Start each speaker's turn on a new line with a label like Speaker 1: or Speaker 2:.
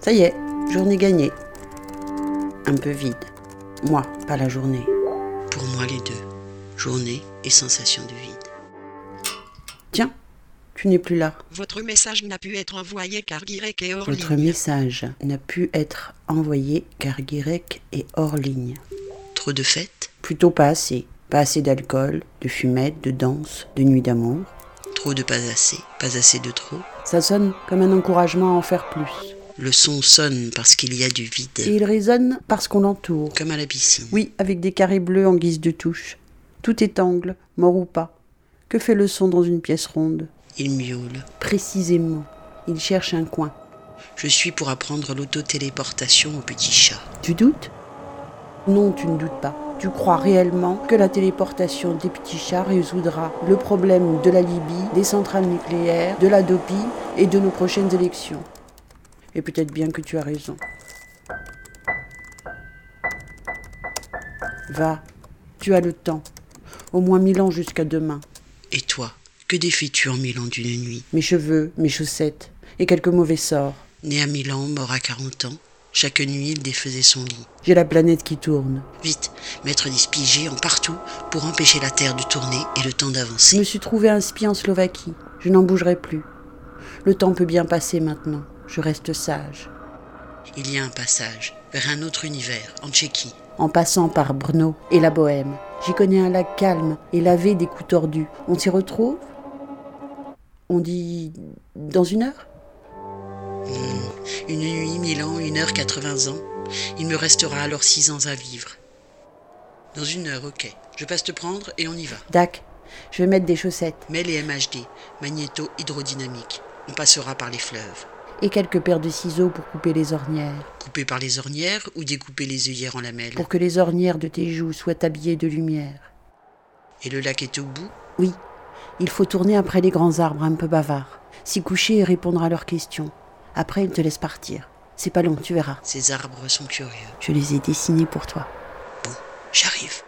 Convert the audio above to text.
Speaker 1: Ça y est, journée gagnée. Un peu vide. Moi, pas la journée. Pour moi, les deux. Journée et sensation de vide. Tiens, tu n'es plus là.
Speaker 2: Votre message n'a pu être envoyé car Guirec est hors
Speaker 1: Votre
Speaker 2: ligne.
Speaker 1: message n'a pu être envoyé car Guirec est hors ligne.
Speaker 2: Trop de fêtes,
Speaker 1: Plutôt pas assez. Pas assez d'alcool, de fumette, de danse, de nuit d'amour.
Speaker 2: trop de pas assez, pas assez de trop.
Speaker 1: Ça sonne comme un encouragement à en faire plus.
Speaker 2: Le son sonne parce qu'il y a du vide,
Speaker 1: Et il résonne parce qu'on l'entoure.
Speaker 2: comme à la piscine.
Speaker 1: Oui, avec des carrés bleus en guise de touche. Tout est angle, mort ou pas. Que fait le son dans une pièce ronde
Speaker 2: Il miaule.
Speaker 1: Précisément, il cherche un coin.
Speaker 2: Je suis pour apprendre l'autotéléportation au petit chat.
Speaker 1: Tu doutes Non, tu ne doutes pas. Tu crois réellement que la téléportation des petits chats résoudra le problème de la Libye, des centrales nucléaires, de la dopie et de nos prochaines élections. Et peut-être bien que tu as raison. Va, tu as le temps. Au moins mille ans jusqu'à demain.
Speaker 2: Et toi, que défais-tu en Milan d'une nuit
Speaker 1: Mes cheveux, mes chaussettes et quelques mauvais sorts.
Speaker 2: Né à Milan, mort à 40 ans, chaque nuit il défaisait son lit.
Speaker 1: J'ai la planète qui tourne.
Speaker 2: Vite, mettre des spigés en partout pour empêcher la Terre de tourner et le temps
Speaker 1: Je
Speaker 2: d'avancer.
Speaker 1: me suis trouvé un spi en Slovaquie. Je n'en bougerai plus. Le temps peut bien passer maintenant. Je reste sage.
Speaker 2: Il y a un passage vers un autre univers, en Tchéquie.
Speaker 1: En passant par Brno et la Bohème, j'y connais un lac calme et lavé des coups tordus. On s'y retrouve On dit dans une heure
Speaker 2: Hmm. Une nuit, mille ans, une heure, 80 ans. Il me restera alors six ans à vivre. Dans une heure, ok. Je passe te prendre et on y va.
Speaker 1: Dac, je vais mettre des chaussettes
Speaker 2: Mais les MHD, magnéto-hydrodynamique. On passera par les fleuves.
Speaker 1: et quelques paires de ciseaux pour couper les ornières,
Speaker 2: Couper par les ornières ou découper les œillères en lamelles.
Speaker 1: pour que les ornières de tes joues soient habillées de lumière.
Speaker 2: Et le lac est au bout
Speaker 1: Oui, il faut tourner après les grands arbres un peu bavards, s'y coucher et répondre à leurs questions. Après, ils te laissent partir. C'est pas long, tu verras.
Speaker 2: Ces arbres sont curieux.
Speaker 1: Je les ai dessinés pour toi.
Speaker 2: Bon, j'arrive.